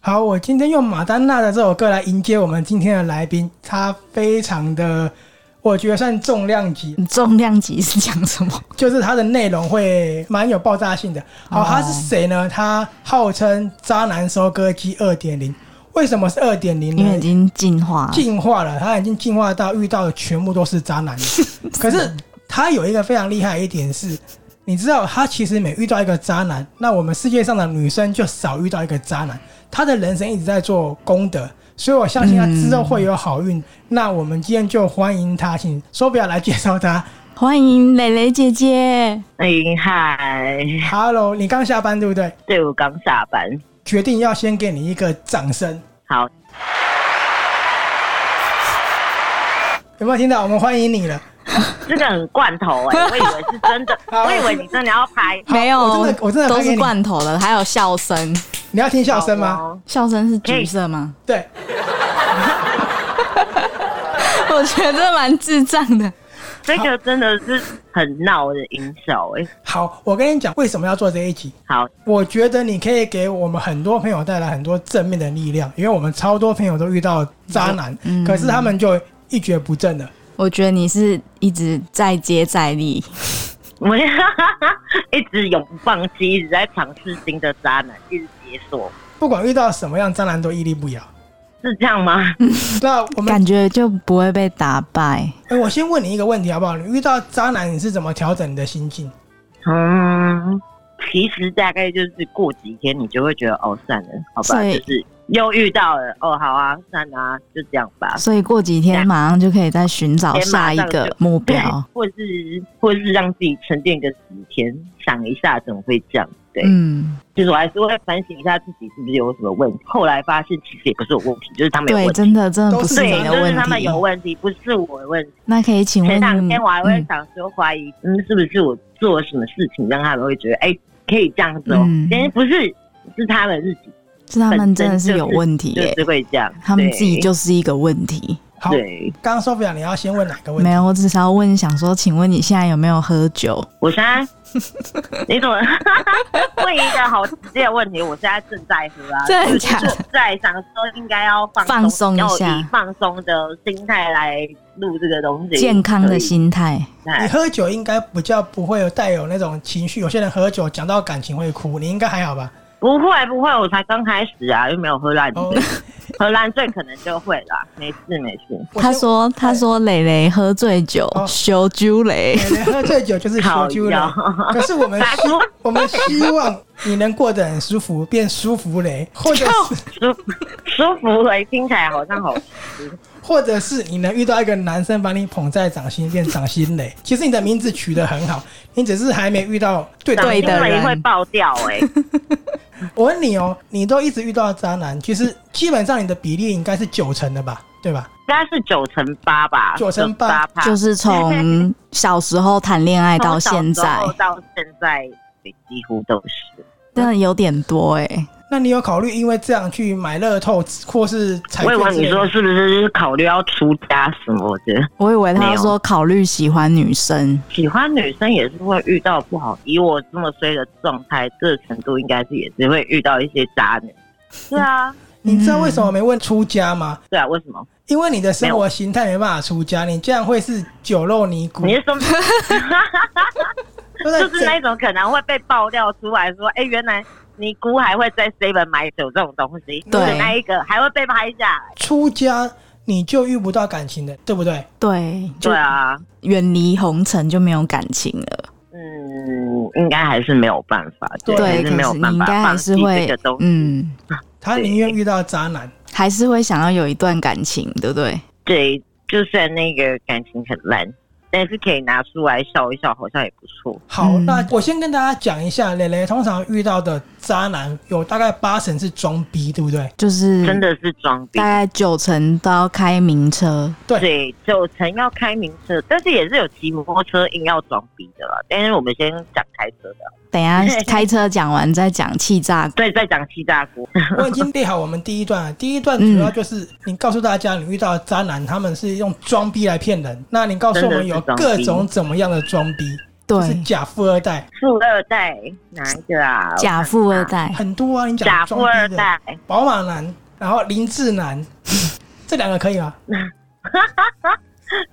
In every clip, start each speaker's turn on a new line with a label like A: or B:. A: 好，我今天用马丹娜的这首歌来迎接我们今天的来宾，他非常的，我觉得算重量级，
B: 你重量级是讲什么？
A: 就是它的内容会蛮有爆炸性的。好，
B: 哦
A: 他是谁呢？他号称渣男收割机二点零，为什么是二点零
B: 因为已
A: 呢？
B: 经进化了，
A: 进化了，他已经进化到遇到的全部都是渣男了。可是他有一个非常厉害的一点是，你知道他其实每遇到一个渣男，那我们世界上的女生就少遇到一个渣男。他的人生一直在做功德，所以我相信他之后会有好运。那我们今天就欢迎他，请手表来介绍他。
B: 欢迎蕾蕾姐姐。
C: 哎嗨，
A: Hello，你刚下班对不对？
C: 对我刚下班，
A: 决定要先给你一个掌声，
C: 好，
A: 有没有听到？我们欢迎你了。
C: 这个很罐头哎、 我以为是真的，
A: 好
C: 我以为你真的要拍
A: 好
B: 没有，
A: 我真的我真的
B: 都
A: 拍给
B: 是
A: 你
B: 罐头的，还有笑声，
A: 你要听笑声
C: 好
A: 吗？
C: 哦
B: 笑声是橘色吗？
A: 对，
C: 哎
B: 我觉得蛮智障的。
C: 这个真的是很闹的音效哎、
A: 好，我跟你讲为什么要做这一集。
C: 好，
A: 我觉得你可以给我们很多朋友带来很多正面的力量，因为我们超多朋友都遇到渣男，
B: 嗯
A: 可是他们就一蹶不振了。
B: 我觉得你是一直再接再厉，
C: 我一直永不放弃，一直在尝试新的渣男，一直解锁，
A: 不管遇到什么样渣男都屹立不摇。
C: 是这样吗？
A: 那我们，
B: 感觉就不会被打败。
A: 哎我先问你一个问题好不好？你遇到渣男，你是怎么调整你的心境？
C: 嗯，其实大概就是过几天你就会觉得哦，算了，好吧，
B: 所以
C: 就是又遇到了，哦，好啊，算了啊，就这样吧。
B: 所以过几天马上就可以再寻找下一
C: 哎
B: 个目
C: 对
B: 标。，
C: 或是或是让自己沉淀个十天，想一下怎么会这样。对，
B: 嗯，
C: 就是我还是会反省一下自己是不是有什么问题。后来发现其实也不是我问题，就是他们有
B: 对，
C: 问题。
B: 真的真的
A: 都
B: 不
A: 是
B: 是
C: 对
B: 你，的
C: 就是
B: 问
C: 他们
B: 题。
C: 有问题，不是我的问题。
B: 那可以请问
C: 前两天我还会
B: 嗯
C: 想说怀疑，嗯，是不是我做了什么事情让他们会觉得，哎、可以这样子哦？
B: 嗯
C: 但是不是，是他们自己
B: 是他们真的是有问题
C: 就
B: 耶，
C: 是会这样，
B: 他们
C: 对
B: 自己就是一个问题。
A: 好，
C: 对。
A: 刚刚 Sophia，你要先问哪个问
B: 没
A: 题？
B: 有，我只是要问，想说，请问你现在有没有喝酒？
C: 我 现在，你怎么问一个好直接的问题？我现在正在喝啊，
B: 真的
C: 就是
B: 假的
C: 在想说应该要放
B: 放松一下
C: 要以放松的心态来录这个东西，
B: 健康的心态，
C: 所以。
A: 你
C: 哎
A: 喝酒应该比较不会有带有那种情绪，有些人喝酒讲到感情会哭，你应该还好吧？
C: 不会不会，我才刚开始啊，又没有喝烂 醉，
A: 哦，
C: 喝烂醉可能就会啦，没事没事。
A: 我
B: 他
A: 先
B: 说：“他说磊磊喝醉酒
A: 哦，
B: 修酒雷。
A: 每人喝醉酒就是求
C: 好
A: 救了。
C: 哟
A: 可是我 们
C: 打
A: 希
C: 呼
A: 我们希望你能过得很舒服，变舒服嘞，或者是
C: 舒舒服回，听起来好像好吃。
A: 或者是你能遇到一个男生把你捧在掌心，变掌心雷。其实你的名字取得很好，你只是还没遇到对的。
B: 对的
C: 长
B: 人
C: 会爆掉哎、
A: 我问你哦，你都一直遇到渣男，其实基本上你的比例应该是九成的吧，对吧？
C: 应该是九乘八吧，
A: 九乘八
C: 八趴，
B: 就是从小时候谈恋爱到现
C: 啊从小
B: 在
C: 时候，到现在几乎都是。
B: 真的有点多哎、
A: 那你有考虑因为这样去买乐透或是彩
C: 我以
A: 券
C: 为
A: 之
C: 你
A: 类
C: 说
A: 的？
C: 是不是考虑要出家什么的？
B: 我以为他
C: 没有
B: 说考虑喜欢女生，
C: 喜欢女生也是会遇到不好，以我这么衰的状态，这个程度应该是也是会遇到一些渣女。对啊，
A: 你知道为什么没问出家吗？
C: 对啊，为什么？
A: 因为你的生活形态没办法出家，你这样会是酒肉尼姑
C: 你，是说
B: 嗯
A: 都在
C: 就是
A: 整
C: 那种可能会被爆料出来说，哎、原来尼姑还会在 seven 买酒这种东西，
B: 对
C: 就是那一个还会被拍下来。
A: 出家你就遇不到感情的，对不对？
B: 对，就
C: 对啊，
B: 远离红尘就没有感情了。
C: 嗯，应该还是没有办法，
A: 对
B: 对，
C: 还
B: 可
C: 是没有
B: 是你
C: 办
B: 应
C: 法
B: 该
C: 放
B: 还
C: 弃
B: 是
C: 这
B: 会
C: 个东，西。
B: 嗯，
A: 他宁愿遇到渣男。
B: 还是会想要有一段感情，对不对？
C: 对，就算那个感情很烂，但是可以拿出来笑一笑，好像也不错。
A: 好，
B: 嗯
A: 那我先跟大家讲一下，蕾蕾通常遇到的渣男有大概八成是装逼，对不 对？
B: 就是
C: 真的是装逼
B: 大，概九成都要开名车，
A: 对，
C: 对，九成要开名车，但是也是有骑摩托车硬要装逼的啦。但是我们先讲开车的，
B: 等一 下开车讲完再讲气炸。
C: 对，再讲欺诈锅。
A: 我已经列好我们第一段了。第一段主要就是你告诉大家，你遇到的渣男他们是用装逼来骗人。那你告诉我们有
C: 真的是装逼
A: 各种怎么样的装逼？就是
B: 对，
A: 假富二代
C: 富二代哪一个啊？
B: 假富二代，
A: 很多啊，你
C: 假
A: 讲
C: 富
A: 装逼
C: 二
A: 的
C: 代，
A: 宝马男，然后林志男，这两个可以吗？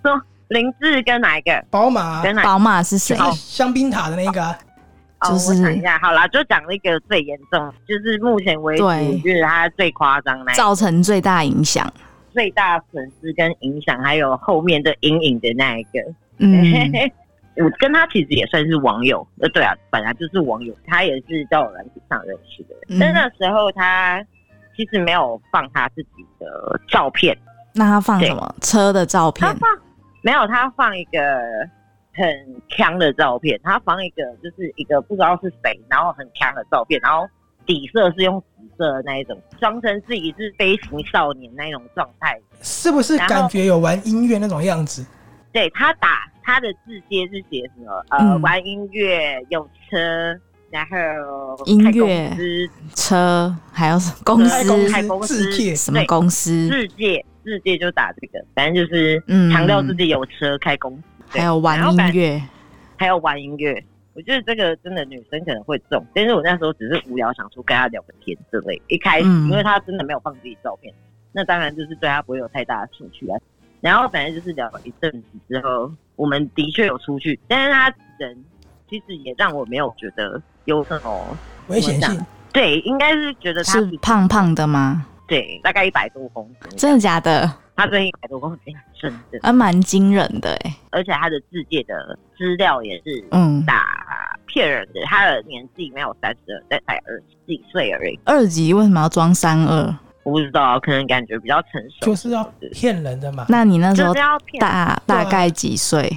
C: 说林志跟哪一个？
A: 宝马啊、
C: 跟哪一个？
B: 宝马是谁？
A: 就是香槟塔的那个、啊，
C: 哦，
B: 就是
C: 我想一下，好啦，就讲那个最严重，就是目前为止，
B: 对
C: 我觉得它最夸张那一
B: 造成最大影 响。
C: 最大损失跟影响，还有后面的阴影的那一个。
B: 嗯，
C: 我跟他其实也算是网友，呃，对啊，本来就是网友，他也是在我软体上认识的人。
B: 嗯
C: 但那时候他其实没有放他自己的照片，
B: 那他放什么车的照
C: 他
B: 片？
C: 放没有，他放一个很强的照片，他放一个就是一个不知道是谁，然后很强的照片，然后底色是用紫色的那一种，装成自己是飞行少年那一种状态。
A: 是不是感觉有玩音乐那种样子？
C: 对他打他的字节是写什么？呃，
B: 嗯
C: 玩音乐有车，然后
B: 音
C: 开
B: 乐
C: 公司
B: 车还有哎公
A: 开
B: 司
A: 公
C: 开公
A: 司、
C: 司
A: 自介，
B: 什么公司？
C: 世界世界就打这个，反正就是
B: 嗯
C: 强调自己有车开公司，对
B: 还有玩
C: 然后
B: 音
C: 感
B: 乐，
C: 还有玩音乐。我觉得这个真的女生可能会中，但是我那时候只是无聊，想说跟她聊个天之类。一开始，
B: 嗯
C: 因为她真的没有放自己照片，那当然就是对她不会有太大的兴趣啊。然后反正就是聊了一阵子之后，我们的确有出去，但是她人其实也让我没有觉得有什么
A: 危险
C: 怎么
A: 性
C: 讲。对，应该是觉得她
B: 是胖胖的吗？
C: 对，大概一百多公斤，
B: 真的假的？
C: 她真一百多公斤，真的。
B: 还蛮惊人的哎、
C: 而且他的世界的资料也是
B: 嗯，
C: 打骗人的，他的年纪没有三十二，但才二十几岁而已。
B: 二级为什么要装三二？
C: 我不知道，可能感觉比较成熟，
A: 就是要骗人的嘛。
B: 那你那时
C: 就
B: 候
C: 是要骗，
A: 对
B: 大
A: 啊
B: 大概几岁？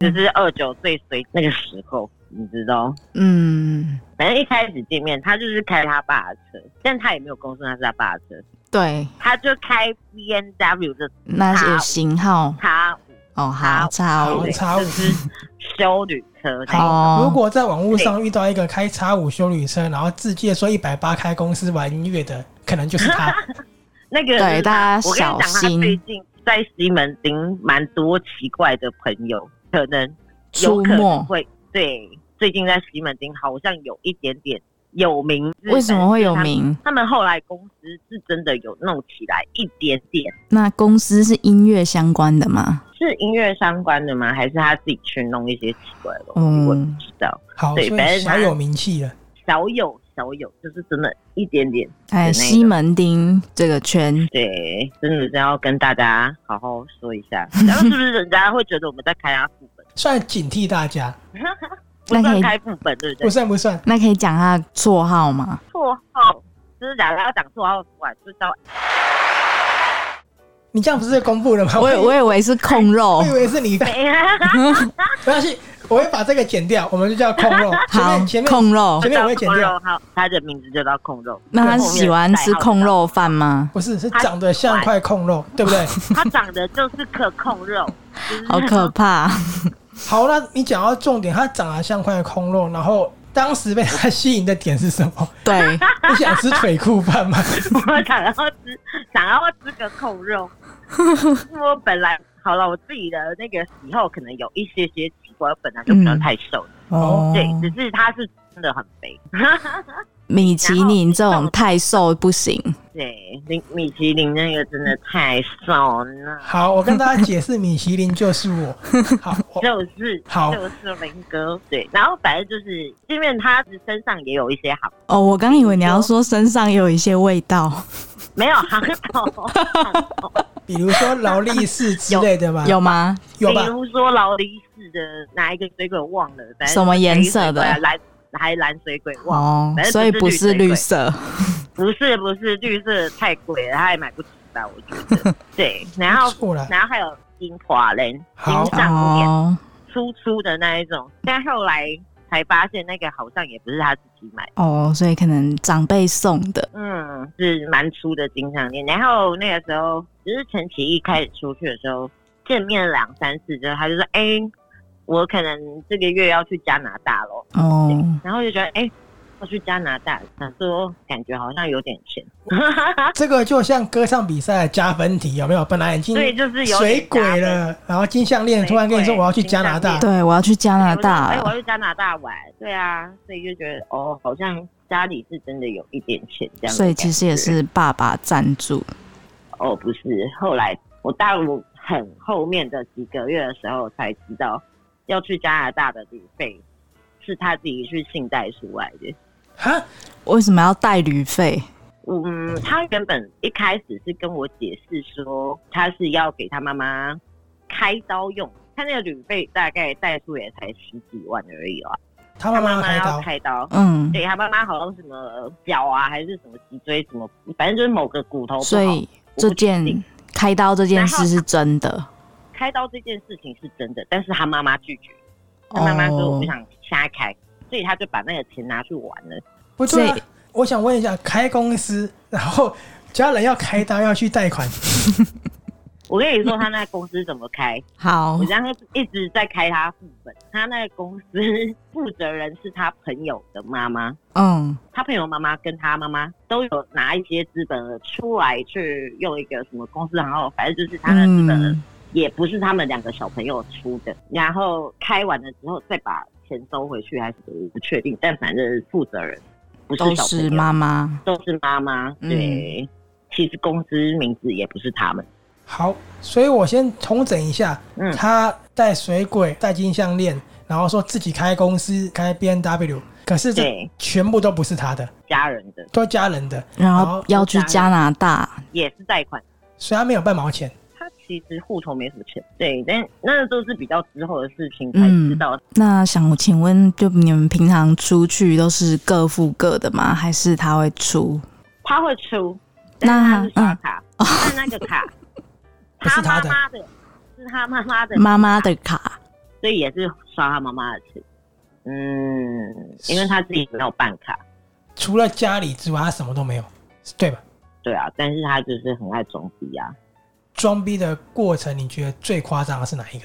C: 就是二九岁随那个时候，你知道。
B: 嗯，
C: 反正一开始见面，他就是开他爸的车，但他也没有公说他是他爸的车，
B: 对，
C: 他就开 B N W 的
B: 那
C: 叉
B: 些
C: 五
B: 型号
C: 叉五，
B: 哦，好，叉
A: 好
B: 五
C: 对，
A: 叉五
C: 就是修旅车那一种。
B: 哦，
A: 如果在网络上遇到一个开叉五修理车，然后自介说一百八开公司玩音乐的，可能就是他。
C: 那个
B: 对大家
C: 我跟你讲，
B: 小
C: 他
B: 心
C: 最近在西门町蛮多奇怪的朋友，可能有
B: 出
C: 可能
B: 没，
C: 会对最近在西门町好像有一点点有名，
B: 为什么会有？名？
C: 他们后来公司是真的有弄起来一点点，
B: 那公司是音乐相关的吗？
C: 是音乐相关的吗？还是他自己去弄一些奇怪的东西？
B: 嗯
C: 我也不知道，
A: 好，所
C: 对反
A: 以
C: 正他
A: 小有名气了。
C: 小有小有，就是真的一点点。
B: 哎，
C: 是那个
B: 西门町这个圈，
C: 对，真的真的要跟大家好好说一 下，然后是不是人家会觉得我们在开他副本？
A: 算警惕大家，
C: 不
B: 那可
C: 算
B: 以
C: 开副本，对不
A: 不
C: 对？
A: 算不算，
B: 那可以讲他的绰号吗？
C: 绰号就是假如要讲绰号的话，就叫
A: 你这样不是公布了吗？
B: 我以我以为是控肉
A: 我以，为是你，
C: 没啊，
A: 不要去，我会把这个剪掉，我们就叫控肉。前
B: 好
A: 面前，面
B: 控肉
A: 前。面我会剪
C: 控
A: 掉
C: 肉，好，他的名字就叫控肉。
B: 那他
C: 后面
B: 喜欢吃控肉饭吗？
A: 不是是长得像块控 肉，对不对？
C: 代号，他长得就是可控肉，就是
B: 好可怕！
A: 好，那你讲到重点，他长得像块空肉，然后当时被他吸引的点是什 么？
B: 对，
A: 你想吃腿裤饭吗？
C: 我想要吃，想要吃个控肉。我本来好了，我自己的那个喜好可能有一些些奇怪，我本来就不要太瘦，
A: 嗯哦
C: 对，只是他是真的很肥。
B: 米其林这种太瘦不行。
C: 对，米米其林那个真的太瘦了，
A: 好，我跟大家解释，米其林就是我。好，我
C: 就是
A: 好
C: 就是林哥对，然后反正就是因为他身上也有一些好，
B: 哦，我刚以为你要说身上有一些味道，
C: 没有行头，
A: 比如说劳力士之类的吧，
B: 有吗？
A: 有吧
C: 比？如说劳力士的哪一个水鬼忘了，反正
B: 什么颜色的
C: 黑水鬼啊蓝还蓝水鬼忘了，
B: 哦
C: 反，正
B: 所以不是绿
C: 水
B: 色。
C: 鬼，不是不是绿色太贵了，他也买不起吧？我 觉得对，然后
A: 错了，
C: 然后还有金华人金
A: 好
C: 项链
B: 哦
C: 粗粗的那一种，但后来才发现那个好像也不是他自己买的。
B: 哦，所以可能长辈送的。
C: 嗯，是蛮粗的金项链。然后那个时候，只是陈启一开始出去的时候，见面两三次之后，他就说：“哎、我可能这个月要去加拿大咯。
B: 哦，
C: 然后就觉得：“哎、要去加拿大，想说感觉好像有点钱，
A: 这个就像歌唱比赛的加分题，有没有？本来已经
C: 对，就是有
A: 嗯水
C: 点加
A: 鬼
C: 分。
A: 了，然后金项链突然跟你说我要去加拿大，
B: 对，我要去加拿
C: 我就哎，我要
B: 大，
C: 去加拿大玩，对啊，所以就觉得哦，好像家里是真的有一点钱这样子。
B: 所以其实也是爸爸赞助。
C: 哦，不是，后来我到很后面的几个月的时候才知道，要去加拿大的旅费是他自己去信贷出来的。
A: 哈，
B: 为什么要带旅费？
C: 嗯，他原本一开始是跟我解释说，他是要给他妈妈开刀用，他那个旅费大概带出也才十几万而已啊。
A: 他妈妈哦
C: 妈
A: 开
C: 要
A: 刀，
C: 开刀，
B: 嗯，
C: 对他妈妈好像什么脚啊，还是什么脊椎什么，反正就是某个骨头不好。
B: 所以
C: 我
B: 这
C: 不确定
B: 件开刀这件事是真的。
C: 开刀这件事情是真的，但是他妈妈拒绝，他妈妈
B: 哦
C: 说我不想瞎开，所以他就把那个钱拿去玩了。
A: 不对啊
B: 所以。
A: 我想问一下，开公司，然后家人要开刀要去贷款，
C: 我跟你说，他那个公司怎么开？
B: 好
C: 我，刚刚一直在开他副本，他那个公司负责人是他朋友的妈妈，
B: 嗯，
C: 他朋友妈妈跟他妈妈都有拿一些资本额出来去用一个什么公司，然后反正就是他的资本额
B: 嗯，
C: 也不是他们两个小朋友出的，然后开完了之后再把钱收回去还是我不确定，但反正负责人不是
B: 都
C: 小朋
B: 是
C: 友，
B: 妈妈。
C: 都是妈妈。
B: 嗯
C: 对，其实公司名字也不是他们。
A: 好，所以我先重整一下，
C: 嗯
A: 他带水鬼、带金项链，然后说自己开公司、开 B N W，可是这
C: 对
A: 全部都不是他的，
C: 家人的
A: 都家人的，
B: 然
A: 然后
B: 后要去加拿大，
C: 也是贷款，
A: 所以他没有半毛钱。
C: 他其实户头没什么钱。对，但那都是比较之后的事情才
B: 嗯
C: 知道。
B: 那想请问，就你们平常出去都是各付各的吗？还是他会出？
C: 他会出，
B: 那嗯哦
C: 但是他是刷卡，但那个卡
A: 不是他
C: 妈
A: 的
C: 妈的，是他妈妈的，
B: 妈妈的卡，
C: 所以也是刷他妈妈的钱。嗯，因为他自己没有办卡，
A: 除了家里之外，他什么都没有，对吧？
C: 对啊，但是他就是很爱装逼啊。
A: 装逼的过程，你觉得最夸张的是哪一个？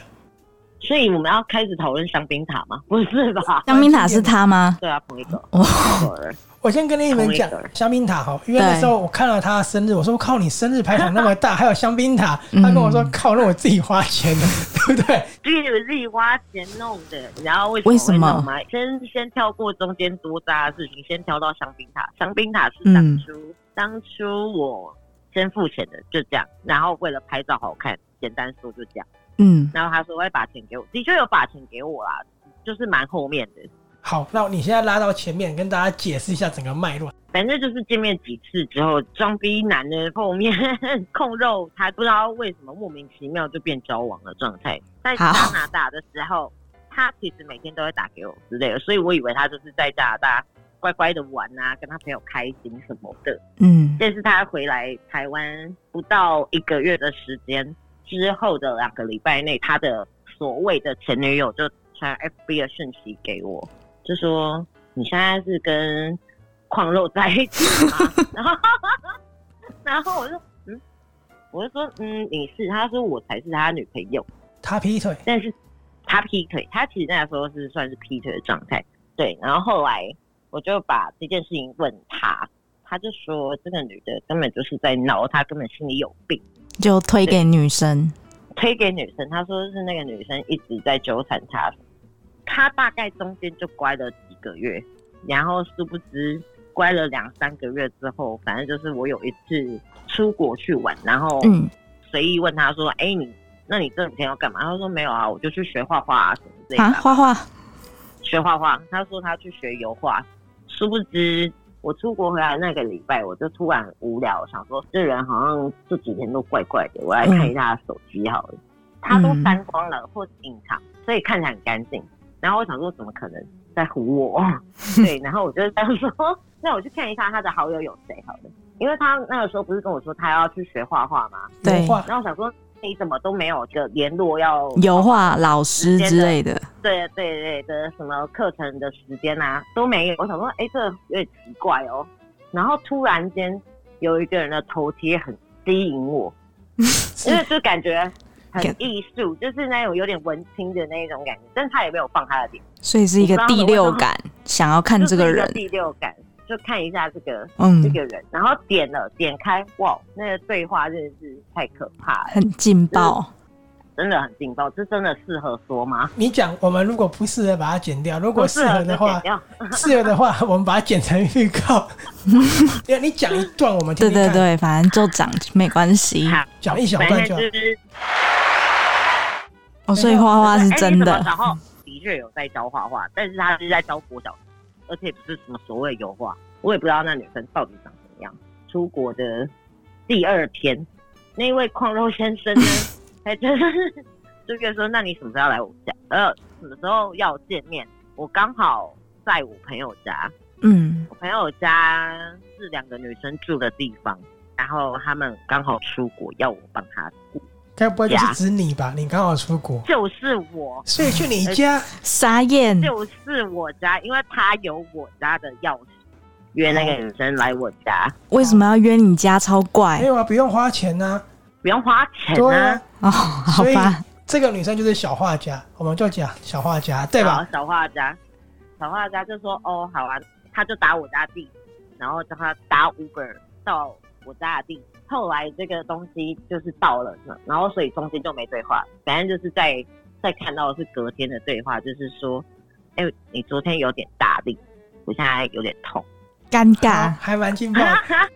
C: 所以我们要开始讨论香槟塔吗？不是吧？
B: 香槟塔是他吗？
C: 对啊，同一个，
B: 哦
C: 同一个
A: 我先跟你们讲
C: 同一个
A: 香槟塔哈，因为那时候我看到他的生日，我说我靠，你生日排场那么大，还有香槟塔，他跟我说
B: 嗯
A: 靠，那我自己花钱 的，对不对？
C: 自己自己花钱弄的，你知道为
B: 为
C: 什
B: 什
C: 么
B: 么
C: 会弄吗？先先跳过中间多渣的事情，先跳到香槟塔。香槟塔是当初、当初我先付钱的，就这样。然后为了拍照好看，简单说就这样。
B: 嗯，
C: 然后他说会把钱给我，的确有把钱给我啦，就是蛮后面的。
A: 好，那你现在拉到前面，跟大家解释一下整个脉络。
C: 反正就是见面几次之后，装逼男的后面 控肉，他不知道为什么莫名其妙就变交往的状态。在加
B: 好
C: 拿大的时候，他其实每天都会打给我之类的，所以我以为他就是在加拿大乖乖的玩啊，跟他朋友开心什么的。
B: 嗯，
C: 但是他回来台湾不到一个月的时间之后的两个礼拜内，他的所谓的前女友就传 FB 的讯息给我，就说你现在是跟矿肉在一起吗？ 然后，然后我就嗯，我就说嗯，你是，他说我才是他女朋友，
A: 他劈腿，
C: 但是他劈腿，他其实那时候是算是劈腿的状态，对。然后后来我就把这件事情问他，他就说这个女的根本就是在闹，她根本心里有病，
B: 就推给女生。
C: 推给女生。他说是那个女生一直在纠缠他，他大概中间就乖了几个月，然后殊不知乖了两三个月之后，反正就是我有一次出国去玩，然后
B: 嗯，
C: 随意问他说：“哎、你那你这几天要干嘛？”他说：“没有啊，我就去学画画啊什么之类的啊。
B: 啊，画画，
C: 学画画，他说他去学油画，殊不知我出国回来那个礼拜，我就突然无聊，想说这人好像这几天都怪怪的，我来看一下他手机好了。他都删光了或是隐藏，所以看起来很干净。然后我想说，怎么可能在唬我？对，然后我就想说，那我去看一下他的好友有谁好了，因为他那个时候不是跟我说他要去学画画吗？
B: 对
A: 油画
C: 然后我想说，你怎么都没有个联络要
B: 油画老师之类的。
C: 对对对的什么课程的时间啊都没有。我想说，哎、这有点奇怪哦。然后突 然间有一个人的头贴很吸引我，因为就感觉很艺术，就是那种有点文青的那一种感觉，但是他也没有放他的脸，
B: 所以是一个第六感，想要看这
C: 就是
B: 个
C: 一
B: 人，
C: 第六感，就看一下这个这
B: 嗯，
C: 个人，然后点了点开，哇，那个对话真的是太可怕了，
B: 很劲爆，
C: 真的很劲爆，这真的适合说吗？
A: 你讲，我们如果不适合把它剪掉，如
C: 不
A: 果适合的
C: 就剪
A: 话，
C: 掉
A: 适合的话，我们把它剪成预告。对你讲一段，我们听
B: 对
A: 听看。
B: 对对，反正就长没关系。
C: 好，
A: 讲一小
C: 反
A: 段
C: 正
A: 就好
C: 就是
B: 哦，所以画画是真
C: 哎你怎么
B: 的，
C: 然后的确有在教画画，但是他是在教国小，而且不是什么所谓油画，我也不知道那女生到底长什么样。出国的第二天，那位矿肉先生 呢，还真是就跟说：“那你什么时候要来我家？呃，什么时候要见面？我刚好在我朋友家，
B: 嗯，
C: 我朋友家是两个女生住的地方，然后他们刚好出国，要我帮他顾，
A: 该不会就是
C: 呀
A: 指你吧？你刚好出国，
C: 就是我。”
A: 所以去你家
B: 沙燕，
C: 就是我家，因为他有我家的钥匙，约那个女生来我家，
B: 为什么要约你家？超怪
A: 没有啊，不用花钱呐、
C: 不用花
A: 啊。
C: 钱
A: 对
C: 啊
A: 啊，，
B: 哦，好
A: 所以
B: 吧，
A: 这个女生就是小画家，我们就讲小画家，对吧？
C: 然后小画家，小画家就说哦好啊，他就打我家地址，然后叫他打 Uber 到我家的地址。后来这个东西就是到了，然后所以中间就没对话，反正就是在在看到的是隔天的对话，就是说，哎、你昨天有点大力，我现在有点痛。
B: 尴
A: 啊
B: 尬，
A: 还蛮劲爆。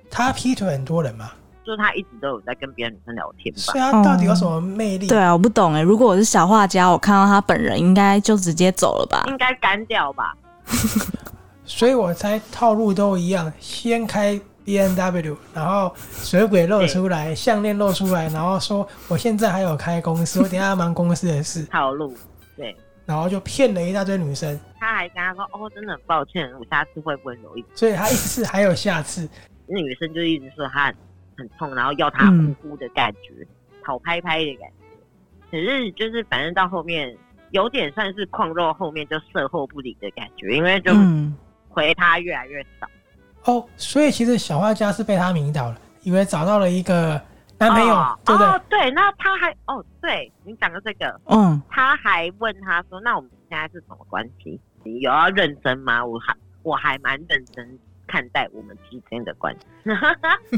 A: 她劈腿很多人
B: 哦
A: 嘛，
C: 就是他一直都有在跟别的女生聊天吧
A: 所以，她到底有什么魅力？
B: 对啊，我不懂哎。如果我是小画家，我看到他本人，应该就直接走了吧？
C: 应该干掉吧？
A: 所以我猜套路都一样，先开 B N W，然后水鬼露出来，项链露出来，然后说我现在还有开公司，我等一下要忙公司的 事，
C: 套路。对，
A: 然后就骗了一大堆女生，
C: 他还跟他说：“哦，真的很抱歉，我下次会温柔一点。
A: 所以她一次还有下次，”
C: 那女生就一直说她很很痛，然后要他呼
A: 嗯
C: 呼的感觉，讨拍拍的感觉。可是就是反正到后面有点算是矿肉后面就售后不理的感觉，因为就
B: 嗯，
C: 回他越来越少。
A: 哦，所以其实小画家是被她迷倒了，以为找到了一个男朋友，
C: 哦
A: 啊对不对？
C: 哦，对，那他还哦，对你讲的这个，
B: 嗯，
C: 他还问他说：“那我们现在是什么关系？你有要认真吗？”我还我还蛮认真看待我们之间的关 系。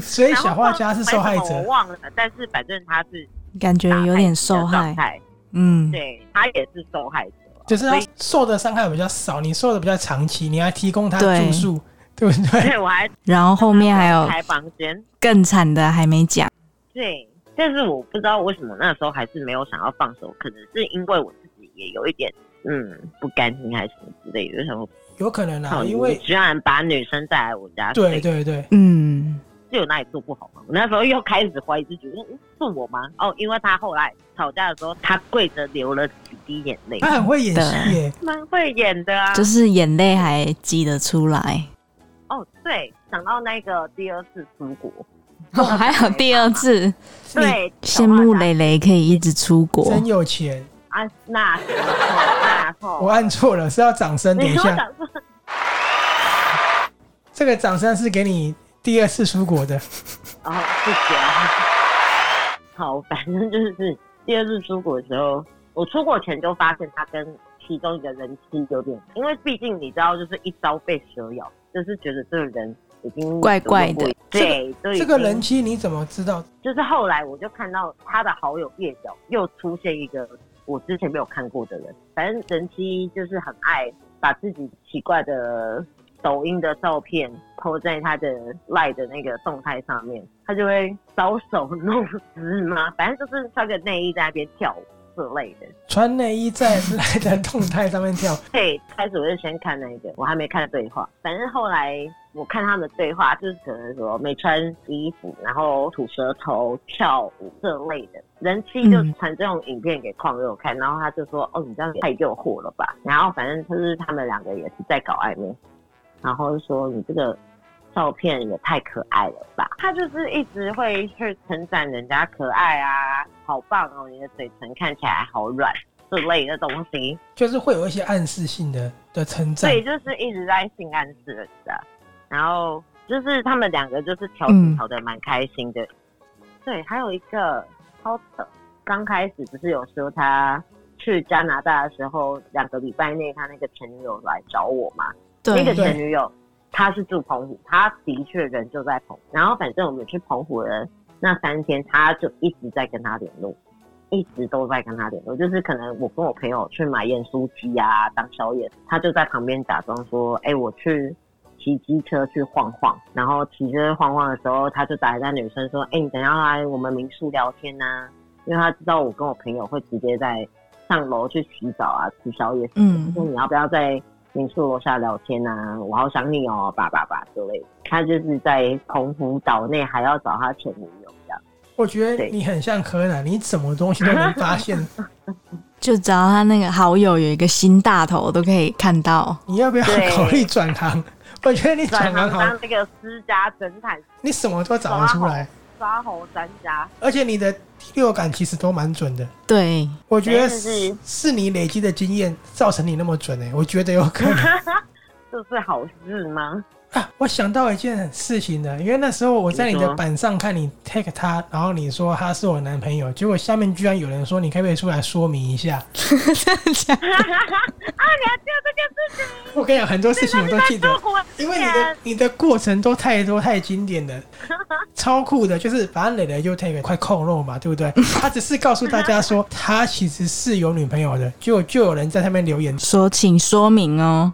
A: 所以哎小画家是受害
C: 然后为什么我
A: 者，
C: 忘了，但是反正他是
B: 感觉有点受
C: 打
B: 害，
C: 太极的状态，
B: 嗯，
C: 对他也是受害者，
A: 就是
C: 所
A: 他
C: 以
A: 受的伤害比较少，你受的比较长期，你还提供他
B: 对
A: 住宿，对不对？
C: 对我 还
B: 然后后面还有
C: 开房间，
B: 更惨的还没讲，
C: 对，但是我不知道为什么那时候还是没有想要放手，可能是因为我自己也有一点嗯不甘心还是什么之类的，就想说
A: 有可能啊，
C: 靠你
A: 因
C: 你
A: 为
C: 居然把女生带来我家，
A: 对
C: 所以
A: 对对，
B: 嗯，
C: 是有哪里做不好吗？我那时候又开始怀疑自己，嗯嗯是我吗？哦，因为他后来吵架的时候，他跪着流了几滴眼泪，
A: 他很会演戏耶，
C: 蛮会演的啊，
B: 就是眼泪还挤得出来。
C: 哦，对，想到那个第二次出国，
B: 哦， 还有第二次，
C: 对，
B: 羡慕蕾蕾可以一直出国
A: 真，有钱。
C: 啊，那时候那时
A: 我
C: 候，
A: 按错了，是要掌声。等
C: 你
A: 一
C: 说
A: 下，
C: 的是
A: 这个掌声是给你第二次出国的。
C: 哦，不行啊， 好，反正就是第二次出国的时候，我出国前就发现他跟其中一个人妻有点，因为毕竟你知道，就是一朝被蛇咬，就是觉得这个人已经
B: 怪怪的，
C: 对，都已
A: 这个
C: 经
A: 人妻你怎么知道？
C: 就是后来我就看到他的好友叶角又出现一个我之前没有看过的人，反正人妻就是很爱把自己奇怪的抖音的照片抛在他的赖的那个动态上面，他就会搔首弄姿嘛，反正就是穿个内衣在那边跳舞之类的。
A: 穿内衣在赖的动态上面跳，
C: 对，开始我就先看那个，我还没看对话。反正后来我看他们的对话，就是可能什么没穿衣服，然后吐舌头、跳舞这类的。人妻就
B: 嗯
C: 传这种影片给矿友看，然后他就说：“哦，你这样也太诱惑了吧？”然后反正就是他们两个也是在搞暧昧，然后就说：“你这个照片也太可爱了吧！”他就是一直会去称赞人家可爱啊，好棒哦，你的嘴唇看起来好软这类的东西。
A: 就是会有一些暗示性的的称赞
C: 所。以就是一直在性暗示人家，然后就是他们两个就是调
B: 嗯
C: 情调的蛮开心的。对，还有一个超扯，刚开始不是有说他去加拿大的时候，两个礼拜内他那个前女友来找我嘛，
B: 对，
C: 那个
A: 对
C: 前女友她是住澎湖，她的确人就在澎湖，然后反正我们去澎湖的那三天，她就一直在跟他联络，一直都在跟他联络，就是可能我跟我朋友去买盐酥鸡啊当宵夜，他就在旁边假装说，哎、我去。骑机车去晃晃，然后骑车晃晃的时候，他就打一个女生说：“哎、你等一下来我们民宿聊天呐、啊因为他知道我跟我朋友会直接在上楼去洗澡啊、吃宵夜什么的
B: 嗯
C: 说你要不要在民宿楼下聊天啊？我好想你哦，爸爸爸之类的。他就是在澎湖岛内还要找他前女友这样。
A: 我觉得
C: 对
A: 你很像柯南，你什么东西都 能发现。
B: 就只要他那个好友有一个新大头，我都可以看到。
A: 你要不要
C: 对
A: 考虑转 行？我觉得你转
C: 转
A: 行
C: 行
A: 好，
C: 当这个私家侦探，
A: 你什么都找得出来，
C: 抓猴专 家。
A: 而且你的第六感其实都蛮准的。
B: 对，
A: 我觉得
C: 对就是
A: 是你累积的经验造成你那么准诶、欸我觉得有可 能
C: 这是好事吗？
A: 啊。我想到一件事情了，因为那时候我在你
C: 你
A: 的
C: 说
A: 板上看你 take 他，然后你说他是我男朋友，结果下面居然有人说你可不可以出来说明一下？
B: 真的假的？
C: 啊，你还记得这件事情？
A: 我跟你讲，很多事
C: 啊
A: 情我都记得
C: 这，我
A: 因为你
C: 啊
A: 的你的过程都太多太经典了，超酷的，就是反正磊磊就 take 块控肉嘛，对不对？他只是告诉大家说他其实是有女朋友的，结果就有人在下面留言，
B: 说请说明哦。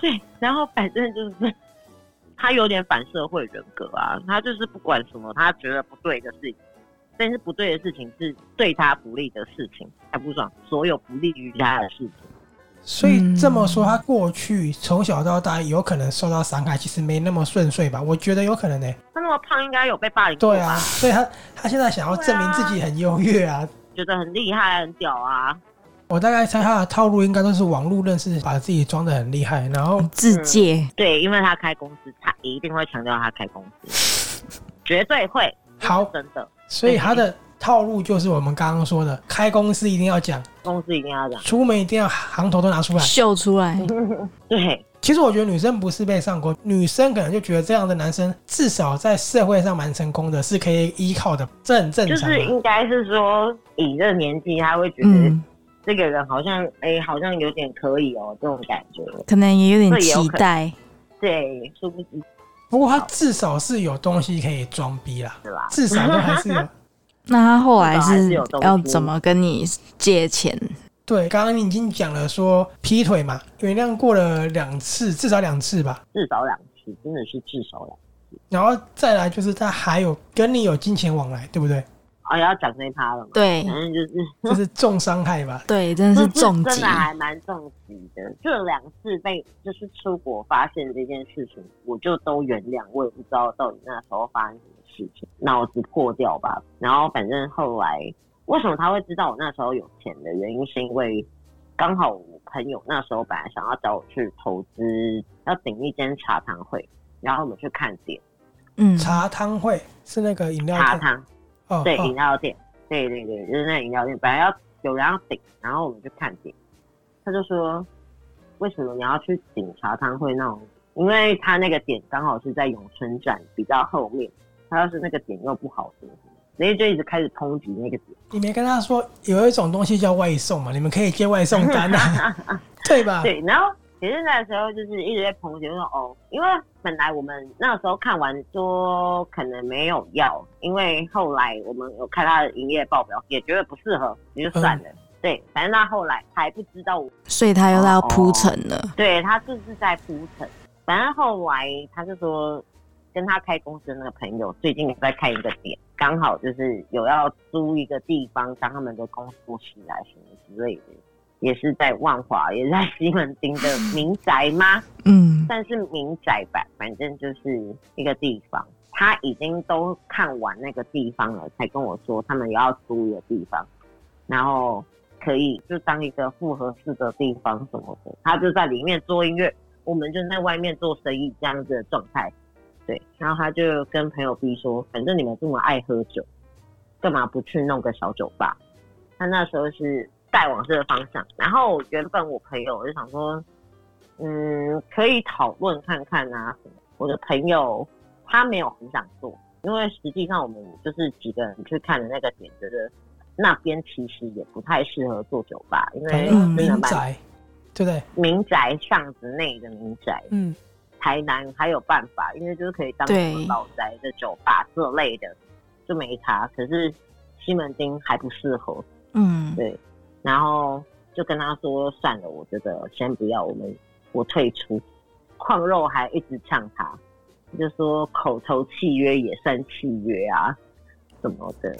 C: 对，然后反正就是 他有点反社会人格啊，他就是不管什么他觉得不对的事情，但是不对的事情是对他不利的事情，他不爽所有不利于他的事情。
A: 所以这么说，他过去从小到大有可能受到伤害，其实没那么顺遂吧？我觉得有可能呢、
C: 他那么胖，应该有被霸凌过
A: 对
C: 吧？
A: 啊，所以他他现在想要证明自己很优越啊。
C: 觉得很厉害、很屌啊。
A: 我大概猜他的套路应该都是网络认识，把自己装的很厉害，然后
B: 自介，
C: 对，因为他开公司，他一定会强调他开公司，绝对会。
A: 好
C: 这是真的，
A: 所以他的套路就是我们刚刚说的，开公司一定要讲，
C: 公司一定要 讲。
A: 出门一定要行头都拿出
C: 嗯
A: 来。
B: 秀出来，
C: 对，
A: 其实我觉得女生不是被上过，女生可能就觉得这样的男生至少在社会上蛮成功的，是可以依靠的，这很正
C: 就
A: 常啊。
C: 是应该是说，以这个年纪，他会觉得
B: 嗯，
C: 这个人好像，哎、好像有点可以哦，这种感觉。
B: 可能也有点
C: 这也有
B: 期
C: 可能
B: 待。
C: 对，殊不知
A: 不过他至少是有东西可以装逼啦，
C: 是啦。
A: 至少都还是有。
B: 那他后来
C: 啊至少还
B: 是
C: 是有东西嗯
B: 要怎么跟你借钱？
A: 对，刚刚你已经讲了说劈腿嘛，原谅过了两次，至少两次吧。
C: 至少两次，真的是至少两次。
A: 然后再来就是他还有跟你有金钱往来，对不对？
C: 哎、要讲这一趴了嘛？
B: 对
C: 反正就是
A: 这是重伤害吧？
B: 对，真的是重
C: 真
B: 疾
C: 的。啊还蛮重疾的。这两次被就是出国发现这件事情，我就都原谅，我也不知道到底那时候发生什么事情，脑子破掉吧。然后反正后来为什么他会知道我那时候有钱的原因，是因为刚好我朋友那时候本来想要找我去投资，要顶一间茶汤会，然后我们去看店
B: 嗯，
A: 茶汤会是那个饮料
C: 茶
A: 店
C: 汤。
A: 哦，
C: 对，饮
A: 哦
C: 料店，对对对，就是那饮料店，本来要有人要顶，然后我们就看顶，他就说，为什么你要去顶茶汤会那种？因为他那个点刚好是在永春站比较后面，他要是那个点又不好什么什么，所以就一直开始抨击那个点。
A: 你没跟他说有一种东西叫外送嘛？你们可以接外送单啊， 对吧？
C: 对，然后其实那时候就是一直在抨击说哦，因为本来我们那时候看完说可能没有要，因为后来我们有看他的营业报表，也觉得不适合，也就算了。对，反正他后来还不知道我，
B: 所以他又要铺陈了。
C: 对他就是在铺陈。反正后来他就说，跟他开公司的那个朋友最近有在开一个店，刚好就是有要租一个地方当他们的工作室啊什么之类的，也是在万华，也是在西门町的民宅吗？
B: 嗯，
C: 算是民宅吧，反正就是一个地方。他已经都看完那个地方了，才跟我说他们也要租一个地方，然后可以就当一个复合式的地方什么的。他就在里面做音乐，我们就在外面做生意这样子的状态。对，然后他就跟朋友 B 说，反正你们这么爱喝酒，干嘛不去弄个小酒吧？他那时候是带往这个方向。然后原本我朋友我就想说，嗯，可以讨论看看啊。什么我的朋友他没有很想做，因为实际上我们就是几个人去看的那个点，觉得那边其实也不太适合做酒吧，因为
B: 嗯
C: 真的
A: 民
C: 蛮
A: 宅，对不对？
C: 民宅巷子内的民宅，
D: 嗯，
C: 台南还有办法，因为就是可以当什么
B: 对
C: 老宅的酒吧这类的就没差，可是西门町还不适合，
B: 嗯，
C: 对，然后就跟他说算了，我觉得先不要，我们我退出。矿肉还一直呛他，就说口头契约也算契约啊，什么的，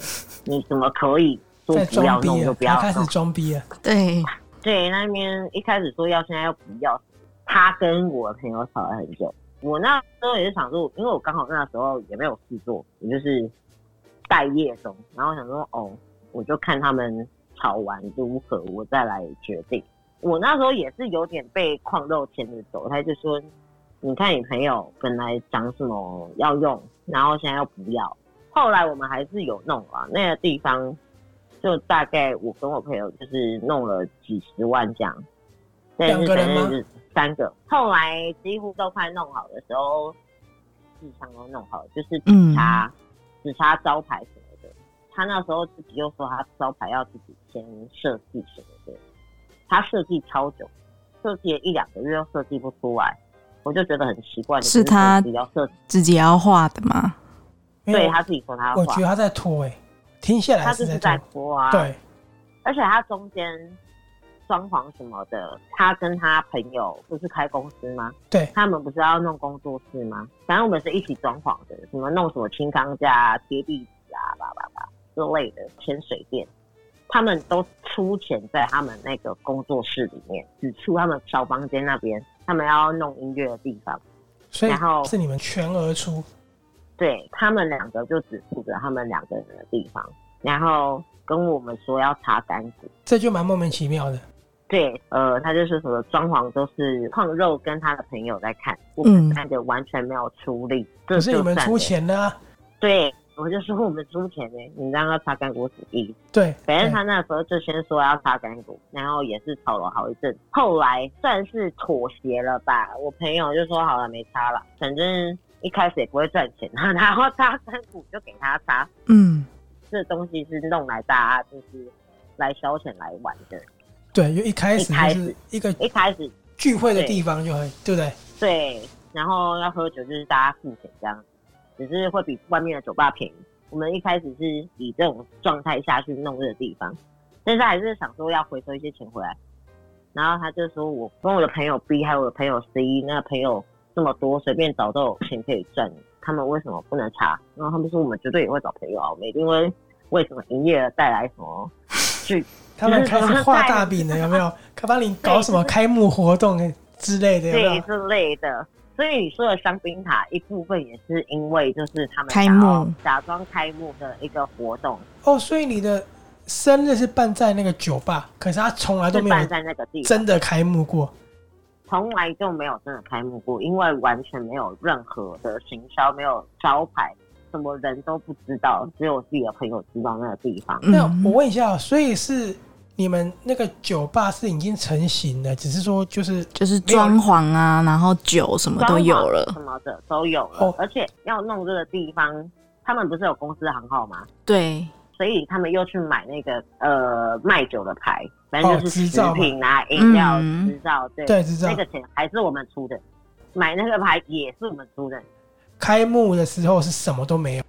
C: 你怎么可以说
A: 在
C: 不要
A: 装
C: 弄
A: 逼
C: 就
A: 了，
C: 不要
A: 他开始
C: 弄？
A: 装逼了，
B: 对，
C: 对，那边一开始说要，现在又不要。他跟我朋友吵了很久，我那时候也是想说，因为我刚好那时候也没有事做，我就是待业中，然后想说哦，我就看他们吵完如何，我再来决定。我那时候也是有点被矿肉牵着走，他就说，你看你朋友本来讲什么要用，然后现在又不要，后来我们还是有弄了那个地方，就大概我跟我朋友就是弄了几十万这样，但
A: 两
C: 是
A: 个
C: 反
A: 人吗
C: 正是三个，后来几乎都快弄好的时候，市场都弄好了，就是
B: 嗯
C: 只差、只差招牌什么的。他那时候自己又说他招牌要自己先设计什么的，他设计超久，设计了一两个月又设计不出来，我就觉得很奇怪。你
B: 是
C: 不
B: 他
C: 说自己要设计，
B: 自己要画的嘛，
A: 因为
C: 对
A: 我
C: 他自己说他要
A: 我
C: 画
A: 觉得他在拖哎，停下来
C: 他就是是
A: 在
C: 在
A: 拖，
C: 拖啊。，
A: 对，
C: 而且他中间装潢什么的，他跟他朋友不是开公司吗？
A: 对
C: 他们不是要弄工作室吗？反正我们是一起装潢的，什么弄什么轻钢架啊、贴壁纸啊、叭叭叭之类的潜水店，他们都出钱在他们那个工作室里面，只出他们小房间那边，他们要弄音乐的地方。
A: 所以
C: 然后
A: 是你们全额出，
C: 对他们两个就只负责他们两个人的地方，然后跟我们说要擦干净。
A: 这就蛮莫名其妙的。
C: 对，呃，他就是什么装潢都是胖肉跟他的朋友在看，我
B: 嗯
C: 们三个完全没有出力，这
A: 可是你
C: 就
A: 们
C: 算
A: 出
C: 了。
A: 钱的啊，
C: 对，我就说我们出钱呢、你让他擦干股子意思。
A: 对，
C: 反正
A: 对
C: 他那时候就先说要擦干股，然后也是吵了好一阵，后来算是妥协了吧。我朋友就说好了，没擦了，反正一开始也不会赚钱，啊然后擦干股就给他擦，
B: 嗯，
C: 这东西是弄来大家就是来消遣来玩的。
A: 对，就一开始
C: 一开
A: 就
C: 始
A: 是一个
C: 一开始
A: 聚会的地方就会，对不对？
C: 对，然后要喝酒就是大家付钱这样，只是会比外面的酒吧便宜。我们一开始是以这种状态下去弄这个地方，但是还是想说要回收一些钱回来。然后他就说我跟我的朋友 B 还有我的朋友 C，那朋友这么多，随便找都有钱可以赚，他们为什么不能查？然后他们说我们绝对也会找朋友啊，我们一定会为什么营业额带来什么去
A: 他们开始画大饼了，有 没有？可帮你搞什么开幕活动之类的，有没
C: 对
A: 有？
C: 之类的。所以你说的香槟塔一部分也是因为就是他们
B: 开
C: 想要
B: 幕
C: 假装开幕的一个活动，
A: 哦，所以你的生日是办在那个酒吧，可是他从来都
C: 是
A: 没
C: 办
A: 有
C: 在那个地方，
A: 真的开幕过。
C: 从来就没有真的开幕过，因为完全没有任何的行销，没有招牌，什么人都不知道，只有自己的朋友知道那个地方。
A: 那
B: 嗯
A: 我问一下，哦所以是你们那个酒吧是已经成型了，只是说就是
B: 就是装潢啊，然后酒什么都有
C: 装潢啊
B: 了
C: 什，么的都有了，
A: 哦
C: 而且要弄这个地方，他们不是有公司行号吗？
B: 对，
C: 所以他们又去买那个呃卖酒的牌，反正就
A: 哦
C: 是
A: 执
C: 食
A: 照嘛
C: 品啊、饮料
B: 嗯
C: 执照，对
A: 对执照
C: 那个钱还是我们出的，买那个牌也是我们出的。
A: 开幕的时候是什么都没有，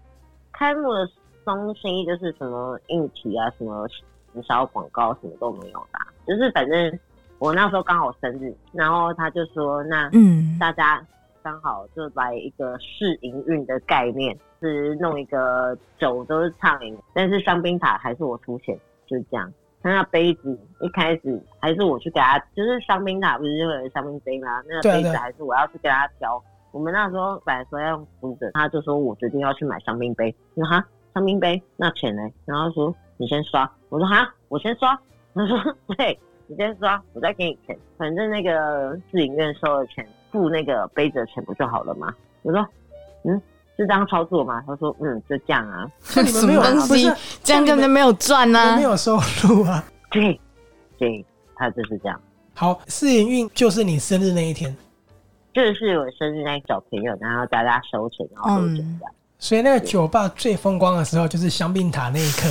C: 开幕的中心就是什么硬体啊、什么营销广告什么都没有啦，就是反正我那时候刚好生日，然后他就说那
B: 嗯，
C: 大家刚好就来一个试营运的概念，是弄一个酒都是畅饮，但是香槟塔还是我出钱，就是这样。那那杯子一开始还是我去给他，就是香槟塔不是就有香槟杯吗？那个
A: 对啊
C: 杯
A: 对
C: 子
A: 啊
C: 还是我要去给他挑。我们那时候本来说要用竹子，他就说我决定要去买香槟杯。我说哈，香槟杯那钱呢？然后他说你先刷。我说哈，我先刷。他说 对，你先刷，我再给你钱。反正那个自营院收的钱，付那个杯子的钱不就好了吗？我说嗯，是这样操作吗？他说嗯，就这样啊。
A: 所以你们没有
B: 什 么东西
A: 不是啊
B: 这样根本就没有赚
A: 你
B: 啊
A: 们没，有收入啊。
C: 对，对，他就是这样。
A: 好，试营运就是你生日那一天，
C: 这是我生日那小朋友，然后大家
A: 嗯
C: 收钱，然后喝酒这样。
A: 所以那个酒吧最风光的时候就是香槟塔那一刻，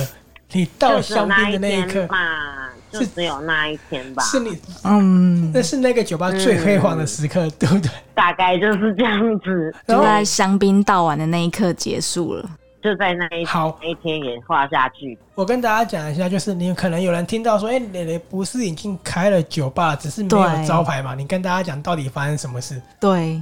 A: 你
C: 就
A: 到
C: 只有
A: 香
C: 那
A: 槟的
C: 一
A: 那一刻
C: 天，吧，就是只有那一天吧，
A: 是你
B: 嗯，
A: 那是那个酒吧最辉煌的时刻，对不对？
C: 大概就是这样子，
A: 然
B: 就
A: 后
B: 在香槟倒完的那一刻结束了。
C: 就在那一
A: 好
C: 那一天也画下去。
A: 我跟大家讲一下，就是你可能有人听到说，哎、蕾蕾不是已经开了酒吧，只是没有
B: 对
A: 招牌嘛？你跟大家讲到底发生什么事？
B: 对，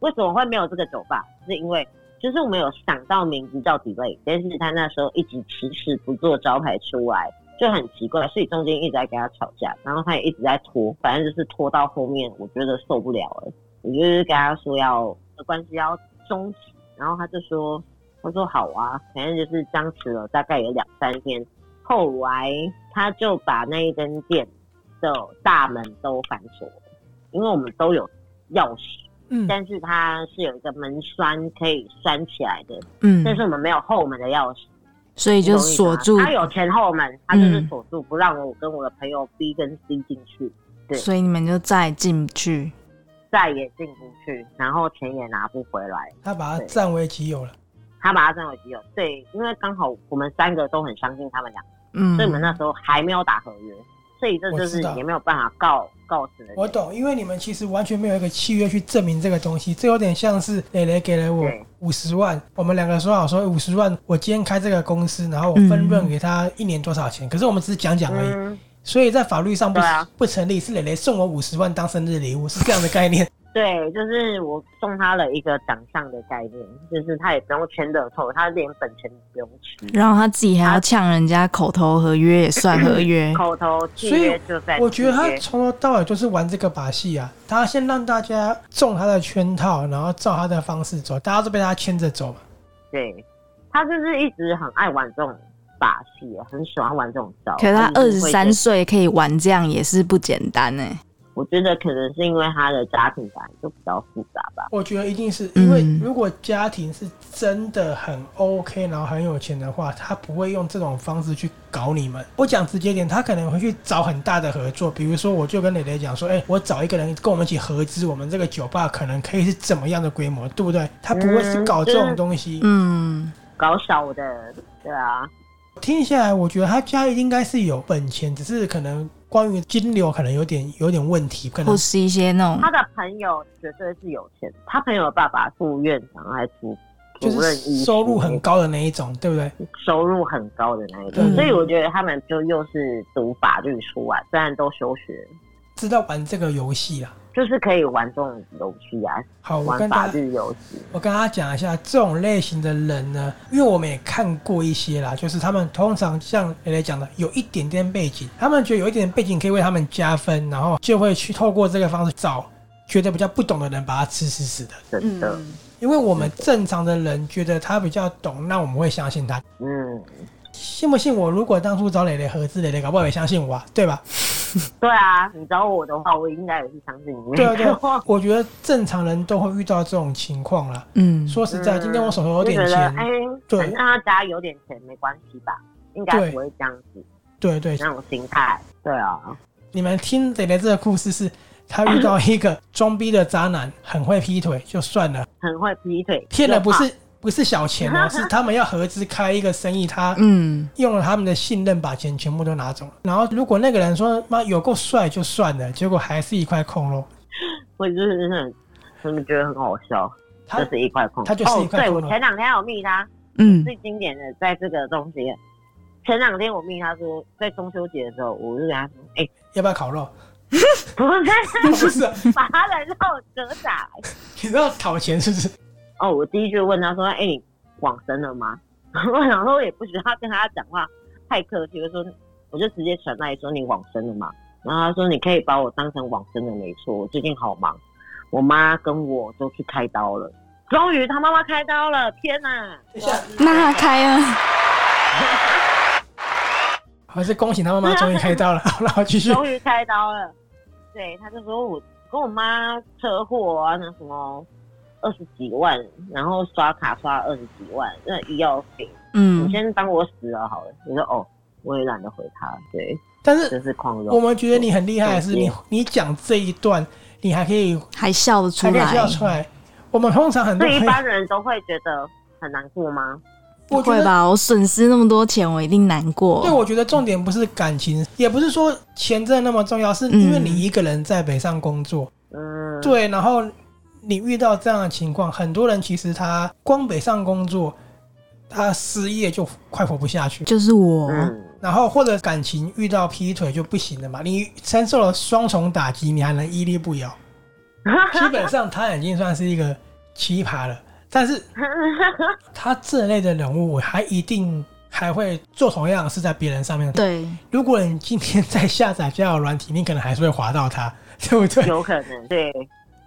C: 为什么会没有这个酒吧？是因为就是我们有想到名字叫 Delay，但是他那时候一直迟迟不做招牌出来，就很奇怪，所以中间一直在跟他吵架，然后他也一直在拖，反正就是拖到后面，我觉得受不了了，我就是跟他说要呃关系要终止，然后他就说，他说好啊，反正就是僵持了大概有两三天，后来他就把那一间店的大门都反锁了，因为我们都有钥匙。
A: 嗯，
C: 但是它是有一个门栓可以栓起来的，
B: 嗯，
C: 但是我们没有后门的钥匙，
B: 所以就
C: 你懂我
B: 锁
C: 意思吗
B: 住，
C: 它啊有前后门，它就是
B: 嗯
C: 锁住，不让我跟我的朋友 B 跟 C 进去，对
B: 所以你们就再进不去。
C: 再也进不去，然后钱也拿不回来。
A: 他把它
C: 对
A: 占为己有了。
C: 他把它占为己有，对，因为刚好我们三个都很相信他们俩，
B: 嗯，
C: 所以我们那时候还没有打合约，所以这
A: 我
C: 就
A: 知
C: 是
A: 道
C: 也没有办法告告死人。
A: 我懂，因为你们其实完全没有一个契约去证明这个东西，这有点像是蕾蕾给了我
C: 对
A: 五十万，我们两个说好说哎五十万，我今天开这个公司，然后我分润给他一年多少钱，可是我们只是讲讲而已，
C: 嗯，
A: 所以在法律上不、
C: 对啊
A: 不成立，是蕾蕾送我五十万当生日礼物，是这样的概念。
C: 对，就是我送他了一个奖项的概念，就是他也不用签乐透，他连本钱不用吃。
B: 然后他自己还要呛人家口头合约也算合约，
C: 口头契
A: 哎所以
C: 约就在
A: 我觉得
C: 契
A: 他
C: 约
A: 从头到尾就是玩这个把戏啊，他先让大家中他的圈套，然后照他的方式走，大家都被他牵着走嘛。
C: 对，他就是一直很爱玩这种把戏，啊很喜欢玩这种招。
B: 可是他
C: 就
B: 二
C: 是
B: 十
C: 会
B: 三
C: 觉得，
B: 岁可以玩这样也是不简单哎、
C: 我觉得可能是因为他的家庭感就比较复杂吧。
A: 我觉得一定是
B: 嗯
A: 因为如果家庭是真的很 OK，然后很有钱的话，他不会用这种方式去搞你们。我讲直接点，他可能会去找很大的合作，比如说我就跟蕾蕾讲说，哎、我找一个人跟我们一起合资，我们这个酒吧可能可以是怎么样的规模，对不对？他不会是
C: 嗯
A: 搞这
C: 就
A: 种
C: 是
A: 东西。
B: 嗯，
C: 搞小的，对啊，
A: 听下来，我觉得他家应该是有本钱，只是可能关于金流可能有点有点问题，可
B: 或
A: 能
B: 是一些那种
C: 他的朋友绝对是有钱，他朋友的爸爸副院长还是主
A: 就
C: 主任
A: 是
C: 医师
A: 收入很高的那一种，对不对？
C: 收入很高的那一种，
B: 嗯
C: 所以我觉得他们就又是读法律出来，虽然都休学，
A: 知道玩这个游戏啦。
C: 就是可以玩这种游戏啊，
A: 好，我
C: 玩
A: 跟大
C: 法
A: 家
C: 律游戏。
A: 我跟大家讲一下，这种类型的人呢，因为我们也看过一些啦，就是他们通常像蕾蕾讲的，有一点点背景，他们觉得有一点背景可以为他们加分，然后就会去透过这个方式找觉得比较不懂的人，把他吃死死的。
C: 真的，
B: 嗯
A: 因为我们正常的人觉得他比较懂，那我们会相信他。
C: 嗯，
A: 信不信我？如果当初找蕾蕾合资，蕾蕾搞不好也相信我啊，对吧？
C: 对啊，你找我的话，我应该也是相信你。
A: 对啊，对 啊，我觉得正常人都会遇到这种情况啦。
B: 嗯，
A: 说实在，
C: 嗯
A: 今天我手头有点
C: 就觉得哎
A: 钱，，对
C: 反正他家有点钱没关系吧，应该不会这样子
A: 对对，
C: 那种心态。对啊，
A: 你们听蕾蕾这个故事是，她遇到一个装逼的渣男，很会劈腿，就算了，
C: 很会劈腿，啊
A: 骗了不
C: 又
A: 是不是小钱哦，是他们要合资开一个生意，他
B: 嗯，
A: 用了他们的信任把钱全部都拿走了。然后如果那个人说妈有够帅就算了，结果还是一块空肉，
C: 胖，我就是很，真的觉得很好笑，
A: 他
C: 就是一块空，
A: 他就是一块空
C: 哦，对我前两天有密他，
B: 嗯
C: 最经典的在这个东西。前两天我命他说，在中秋节的时候，我就跟他说：“哎、
A: 要不要烤肉？
C: 不
A: 不
C: 是，
A: 是啊，
C: 把他的肉折打。
A: 你知道讨钱是不是？”
C: 哦，我第一句问他说：“哎、你往生了吗？” 我想说，我也不需要跟他讲话太客气，我就说我就直接传来说：“你往生了吗？”然后他说：“你可以把我当成往生的，没错。我最近好忙，我妈跟我都去开刀了。终于，他妈妈开刀了！天哪！
A: 等一下，
B: 那他开啊，
A: 还是恭喜他妈 妈终于开刀了。好了，我继续。
C: 终于开刀了。对，他就说我跟我妈车祸啊，那什么二十几万，然后刷卡刷二十几万，那医药费，你
B: 嗯，
C: 先当我死了好了。你说哦，我也懒得回他，对，
A: 但是
C: 真是狂
A: 我
C: 热。
A: 们觉得你很厉害的是，你你讲这一段，你还可以
B: 还笑得出
A: 还可以
B: 来
A: 笑，出来。我们通常很多
C: 对一
A: 朋友
C: 般人都会觉得很难过吗？
A: 我觉
B: 会
A: 得。
B: 吧？我损失那么多钱，我一定难过。
A: 对，我觉得重点不是感情，也不是说钱真的那么重要，是因为
B: 嗯
A: 你一个人在北上工作，
C: 嗯，
A: 对，然后你遇到这样的情况，很多人其实他光北上工作，他失业就快活不下去，
B: 就是我，
A: 啊
C: 嗯，
A: 然后或者感情遇到劈腿就不行了嘛，你承受了双重打击，你还能屹立不 摇，基本上他已经算是一个奇葩了。但 是他这类的人物，我还一定还会做同样的事在别人上面。
B: 对，
A: 如果你今天在下载交友软体，你可能还是会滑到他，对不对？
C: 有可能，对，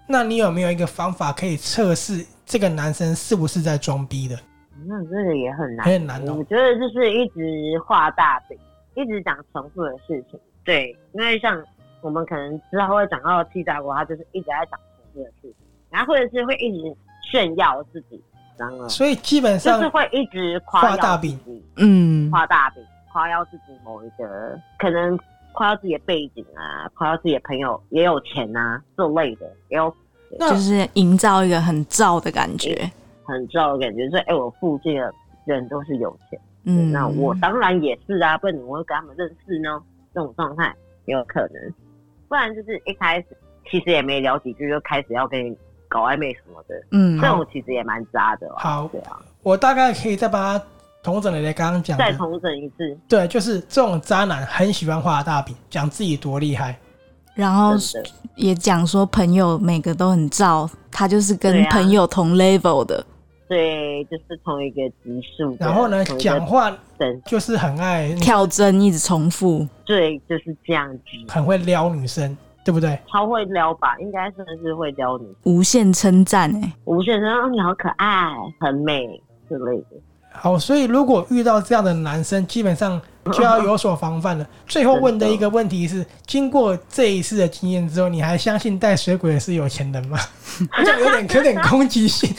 A: 那你有没有一个方法可以测试这个男生是不是在装逼的？
C: 那这个也很难，
A: 很难哦
C: 我觉得就是一直画大饼，一直讲重复的事情。对，因为像我们可能之后会讲到七大国，他就是一直在讲重复的事情，然后或者是会一直炫耀自己，然后
A: 所以基本
C: 就是
A: 上，
C: 会一直夸
A: 画
C: 耀
A: 大
C: 自己
B: 嗯，
C: 夸大饼，夸耀自己某一个可能夸耀自己的背景啊，夸耀自己的朋友也有钱啊这类的，也有
A: 那
B: 就是营造一个很燥的感觉。
C: 很重要的感觉，就是哎、我附近的人都是有钱，
B: 嗯，
C: 那我当然也是啊，不然怎么会跟他们认识呢？这种状态也有可能，不然就是一开始其实也没聊几句就开始要跟你搞暧昧什么的，
B: 嗯
C: 这种其实也蛮渣的、啊。
A: 好
C: 对啊，
A: 我大概可以再把它同整的刚刚讲
C: 再
A: 的，
C: 重整一次，
A: 对，就是这种渣男很喜欢画大饼，讲自己多厉害，
B: 然后
C: 真的
B: 也讲说朋友每个都很燥，他就是跟
C: 对啊
B: 朋友同 level 的，
C: 对，就是同一个级数的。
A: 然后呢，
C: 同一个
A: 讲话
C: 等
A: 就是很爱，
B: 跳针一直重复。
C: 对，就是这样子，
A: 很会撩女生，对不对？
C: 超会撩吧，应该算是会撩你。
B: 无限称赞哎，
C: 无限说哦你好可爱，很美之类的。
A: 好，所以如果遇到这样的男生，基本上就要有所防范了。最后问的一个问题是：经过这一次的经验之后，你还相信带水鬼的是有钱人吗？ 好嗯像有 点有点攻击性，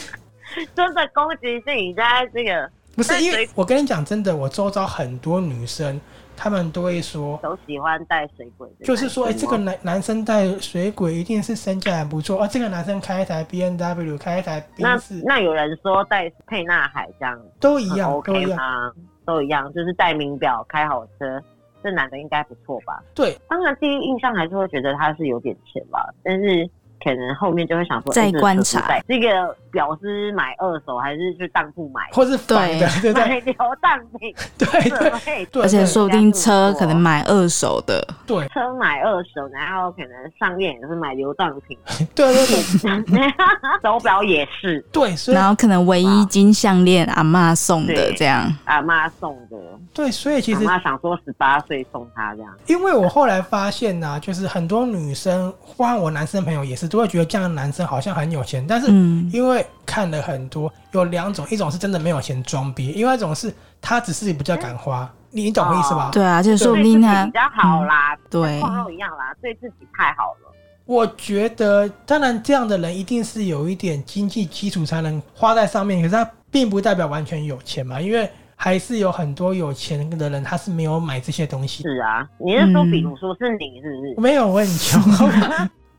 C: 真的攻击性，你在这个
A: 不是
C: 带
A: 因为
C: 水
A: 我跟你讲真的，我周遭很多女生，她们都会说，
C: 都喜欢带水鬼的男生吗，
A: 就是说，哎、这个男男生带水鬼一定是身价很不错啊，这个男生开一台 B N W，开一台
C: 那
A: 宾士，
C: 那有人说带沛纳海这样
A: 都一样，
C: 很
A: 都一
C: OK
A: 样。
C: 吗？都一样，就是戴名表、开好车，这男的应该不错吧？
A: 对，
C: 当然第一印象还是会觉得他是有点钱吧，但是可能后面就会想说，
B: 再
C: 哎这个
B: 观
C: 车子
B: 察
C: 带这个表是买二手还是去当铺买的？
A: 或是反的，对不
C: 买
A: 对？
C: 流浪 品
A: 对 对
C: 之
A: 哎对
C: 类的，
A: 对，
B: 而且说不定车可能
C: 对
B: 买二手的，
A: 对
C: 车买二手，然后可能项链也是买流浪 品，
A: 对对对
C: 手表也是
A: 对，所以
B: 然后可能唯一金项链阿嬷送的
C: 对
B: 这样，
C: 阿妈送的，
A: 对，所以其
C: 阿
A: 实
C: 妈想说十八岁送他这样，
A: 因为我后来发现呐、就是很多女生，包括我男生朋友也是，都会觉得这样的男生好像很有钱，但是
B: 嗯
A: 因为看了很多，有两种，一种是真的没有钱装逼，另外一种是他只是比
C: 嗯
A: 较敢花，你懂我意思吧？
B: 对啊，就说不
C: 对自
B: 定
C: 己
B: 他
C: 比较好啦，
B: 对
C: 跟矿肉一样啦，对自己太好了，
A: 我觉得，当然这样的人一定是有一点经济基础才能花在上面，可是他并不代表完全有钱嘛，因为还是有很多有钱的人他是没有买这些东西的。
C: 是啊，你是说
B: 嗯
C: 比如说是你是不是？
A: 没有，我很穷。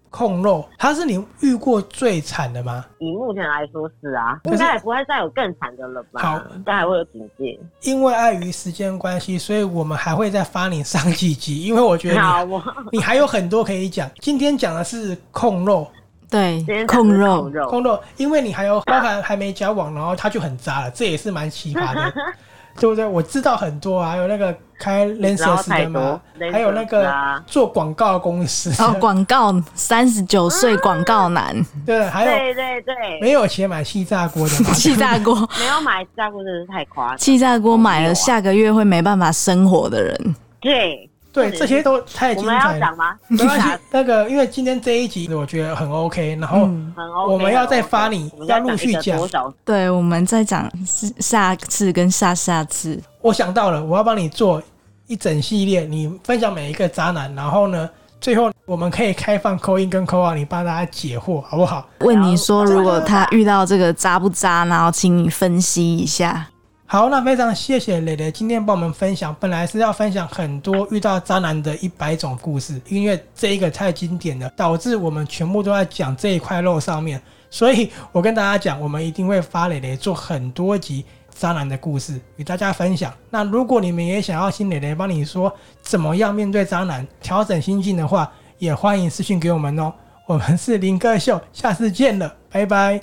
A: 控肉，他是你遇过最惨的吗？
C: 以目前来说是啊，
A: 可是
C: 应该也不会再有更惨的了
A: 好
C: 吧？应该还会有警戒。
A: 因为碍于时间关系，所以我们还会再发你上几集，因为我觉得
C: 好，
A: 你
C: 我
A: 你还有很多可以讲。今天讲的是控肉，
B: 对
C: 今天讲
B: 控
C: 的是
B: 肉
C: 控，肉，
A: 控肉，因为你还有包含还没交往，然后他就很渣了，这也是蛮奇葩的， 对不对？我知道很多啊，还有那个开 Lenses 的嘛，
C: 太多
A: 还有那
C: Lenses
A: 个
C: 啊
A: 做广告的公司，
B: 哦，广告三十九岁广告男，
A: 对，还有
C: 对对对，
A: 没有钱买气炸锅的嘛，
B: 气炸锅，
C: 没有买炸过真的是太夸张。
B: 气炸锅买
C: 没有
B: 了
C: 啊
B: 下个月会没办法生活的人，
C: 对，
A: 对，这些都太
C: 我
A: 精
C: 们
A: 彩
C: 要
A: 了
C: 讲。吗？
A: 没关系，那个因为今天这一集我觉得很 OK，然后
B: 嗯，
C: 很 OK，
A: 我们要再发你
C: 我们再
A: 要陆续
C: 讲一
A: 讲
C: 个多少
B: 对，我们再讲是下次跟下下次，
A: 我想到了，我要帮你做一整系列，你分享每一个渣男，然后呢，最后我们可以开放扣音跟扣二，你帮大家解惑，好不好？
B: 问你说
C: 了解
B: 如果他遇到这个渣不渣，然后请你分析一下。
A: 好，那非常谢谢蕾蕾今天帮我们分享，本来是要分享很多遇到渣男的一百种故事，因为这一个太经典了，导致我们全部都在讲这一块肉上面，所以我跟大家讲，我们一定会发蕾蕾做很多集渣男的故事与大家分享。那如果你们也想要新蕾蕾帮你说怎么样面对渣男、调整心境的话，也欢迎私信给我们哦。我们是林哥秀，下次见了，拜拜。